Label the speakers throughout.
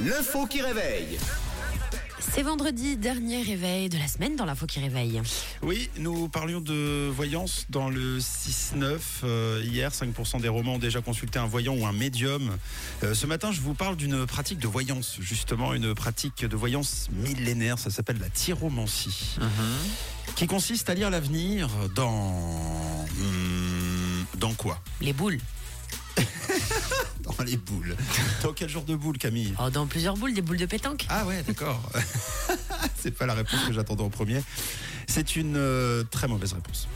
Speaker 1: L'info qui réveille.
Speaker 2: C'est vendredi, dernier réveil de la semaine dans l'info qui réveille.
Speaker 3: Oui, nous parlions de voyance dans le 6-9. Euh, hier, 5% des romans ont déjà consulté un voyant ou un médium. Euh, ce matin, je vous parle d'une pratique de voyance, justement, une pratique de voyance millénaire. Ça s'appelle la tyromancie, qui consiste à lire l'avenir dans. Hmm, Dans quoi
Speaker 2: Les boules.
Speaker 3: Dans les boules. Dans quel genre de boules, Camille
Speaker 2: Oh, dans plusieurs boules, des boules de pétanque.
Speaker 3: Ah ouais, d'accord. c'est pas la réponse que j'attendais en premier. C'est une euh, très mauvaise réponse.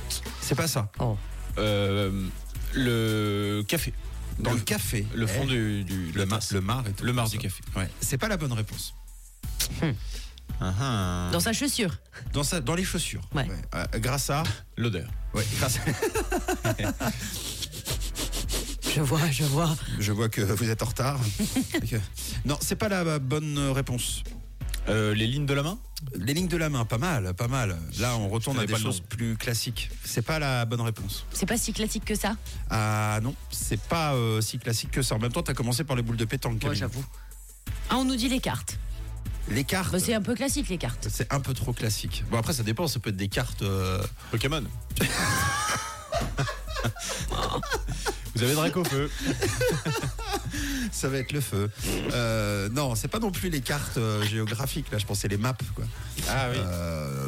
Speaker 3: C'est pas ça.
Speaker 2: Oh.
Speaker 4: Euh, le café.
Speaker 3: Dans le,
Speaker 4: le,
Speaker 3: café.
Speaker 4: le fond
Speaker 3: Eh,
Speaker 4: du, du- de
Speaker 3: le,
Speaker 4: la
Speaker 3: mar,
Speaker 4: tasse.
Speaker 3: le mar et tout.
Speaker 4: Le mar
Speaker 3: comme
Speaker 4: du
Speaker 3: ça.
Speaker 4: café.
Speaker 3: Ouais, c'est pas la bonne réponse.
Speaker 4: Ah, ah.
Speaker 2: Dans sa chaussure.
Speaker 3: Dans ça, dans les chaussures.
Speaker 2: Ouais.
Speaker 3: Euh, grâce à.
Speaker 4: L'odeur.
Speaker 3: Ouais, grâce à-
Speaker 2: Je vois, je vois.
Speaker 3: Je vois que vous êtes en retard. Ok. non, c'est pas la bonne réponse.
Speaker 4: Euh, les lignes de la main.
Speaker 3: Les lignes de la main, pas mal, pas mal. Là, on retourne à
Speaker 4: connais
Speaker 3: des
Speaker 4: pas le
Speaker 3: choses
Speaker 4: nom.
Speaker 3: plus classiques. C'est pas la bonne réponse.
Speaker 2: C'est pas si classique que ça.
Speaker 3: Ah non, c'est pas euh, si classique que ça. En même temps, t'as commencé par les boules de pétanque. Camille.
Speaker 2: Ah, on nous dit les cartes.
Speaker 3: Les cartes.
Speaker 2: Bah, c'est un peu classique, les cartes.
Speaker 3: C'est un peu trop classique. Bon, après, ça dépend. Ça peut être des cartes. euh,
Speaker 4: Pokémon. Vous avez Drac au feu.
Speaker 3: ça va être le feu. Euh, non, c'est pas non plus les cartes euh, géographiques. Là, je pensais les maps. Quoi.
Speaker 4: Ah oui.
Speaker 3: Euh,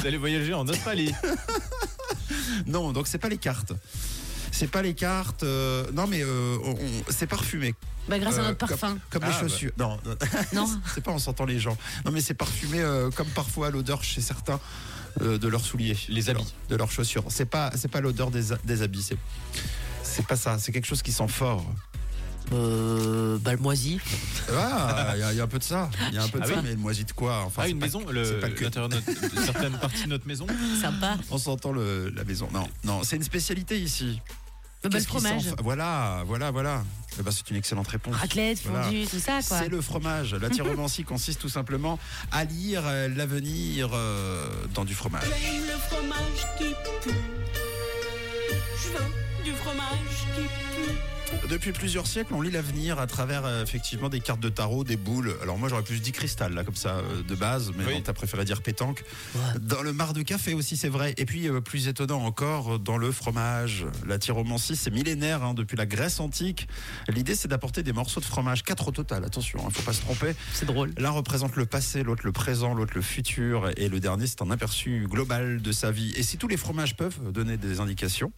Speaker 4: Vous allez voyager en Australie.
Speaker 3: non, donc c'est pas les cartes. C'est pas les cartes. euh, non, mais euh, on- on- c'est parfumé.
Speaker 2: Bah, grâce à
Speaker 3: Euh,
Speaker 2: notre parfum.
Speaker 3: Comme, comme
Speaker 4: Ah,
Speaker 3: les chaussures. Non, non,
Speaker 2: Non
Speaker 3: c'est pas en sentant les gens. Non, mais c'est parfumé euh, comme parfois l'odeur chez certains euh, de leurs souliers.
Speaker 4: Les
Speaker 3: de leur-
Speaker 4: habits.
Speaker 3: de leurs chaussures. C'est pas, c'est pas l'odeur des, a- des habits. C'est, c'est pas ça. C'est quelque chose qui sent fort.
Speaker 2: Euh. Bah, le moisi.
Speaker 3: Ah, il y a- il y, a un peu de ça. Il y a un peu de
Speaker 4: Ah
Speaker 3: ça,
Speaker 4: oui.
Speaker 3: mais le moisi de quoi enfin,
Speaker 4: ah
Speaker 3: c'est
Speaker 4: une
Speaker 3: pas-
Speaker 4: maison.
Speaker 3: c'est
Speaker 4: le-
Speaker 3: pas que.
Speaker 4: L'intérieur de notre- de certaines parties de notre maison.
Speaker 2: Sympa.
Speaker 3: On s'entend le- la maison. Non, non, c'est une spécialité ici.
Speaker 2: Le bol
Speaker 3: Qu'est-ce qui
Speaker 2: fromage. Ah,
Speaker 3: s'en- Voilà, voilà, voilà. Eh ben, c'est une excellente réponse.
Speaker 2: Raclette,
Speaker 3: Voilà.
Speaker 2: fondue, tout ça, quoi.
Speaker 3: C'est le fromage. La tyromancie consiste tout simplement à lire euh, l'avenir euh, dans du fromage.
Speaker 5: J'aime le fromage qui pue. Je veux du fromage qui pue.
Speaker 3: Depuis plusieurs siècles, on lit l'avenir à travers euh, effectivement des cartes de tarot, des boules. Alors moi, j'aurais plus dit cristal là comme ça euh, de base, mais
Speaker 4: Oui.
Speaker 3: non, t'as préféré dire pétanque. Dans le mar de café aussi, c'est vrai. Et puis euh, plus étonnant encore, euh, dans le fromage, la tyromancie, c'est millénaire hein, depuis la Grèce antique. L'idée, c'est d'apporter des morceaux de fromage, quatre au total. Attention, hein, faut pas se tromper.
Speaker 2: C'est drôle.
Speaker 3: L'un représente le passé, l'autre le présent, l'autre le futur, et le dernier c'est un aperçu global de sa vie. Et si tous les fromages peuvent donner des indications,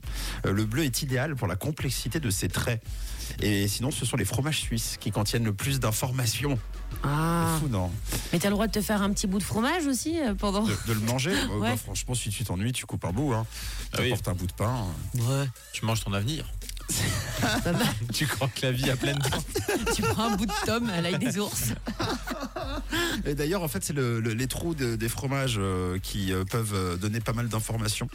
Speaker 3: euh, le bleu est idéal pour la complexité de ses traits. Et sinon, ce sont les fromages suisses qui contiennent le plus d'informations.
Speaker 2: Ah.
Speaker 3: C'est Fou, non
Speaker 2: Mais t'as le droit de te faire un petit bout de fromage aussi euh, pendant.
Speaker 3: de, de le manger Bah,
Speaker 2: Ouais.
Speaker 3: bah, Franchement, si tu t'ennuies, tu coupes un bout. Hein.
Speaker 4: Ah oui.
Speaker 3: T'apportes un bout de pain. hein.
Speaker 2: Ouais.
Speaker 4: Tu manges ton avenir.
Speaker 2: Pas mal.
Speaker 4: Tu croques la vie à pleine dents.
Speaker 2: tu prends un bout de tome à l'ail des ours.
Speaker 3: Et d'ailleurs, en fait, c'est le- le- les trous de- des fromages euh, qui euh, peuvent euh, donner pas mal d'informations.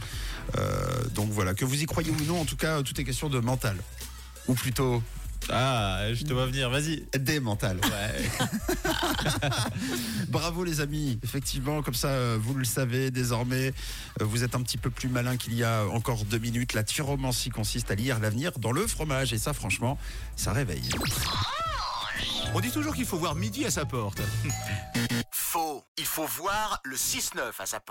Speaker 3: Euh, donc voilà, que vous y croyez ou non, en tout cas, euh, tout est question de mental. Ou plutôt
Speaker 4: Ah, je te vois venir. Vas-y.
Speaker 3: des mentales.
Speaker 4: Ouais.
Speaker 3: Bravo les amis, effectivement, comme ça, euh, vous le savez désormais, euh, vous êtes un petit peu plus malin qu'il y a encore deux minutes. La tyromancie consiste à lire l'avenir dans le fromage. Et ça, franchement, ça réveille.
Speaker 6: On dit toujours qu'il faut voir midi à sa porte.
Speaker 1: Faux. Il faut voir le 6-9 à sa porte.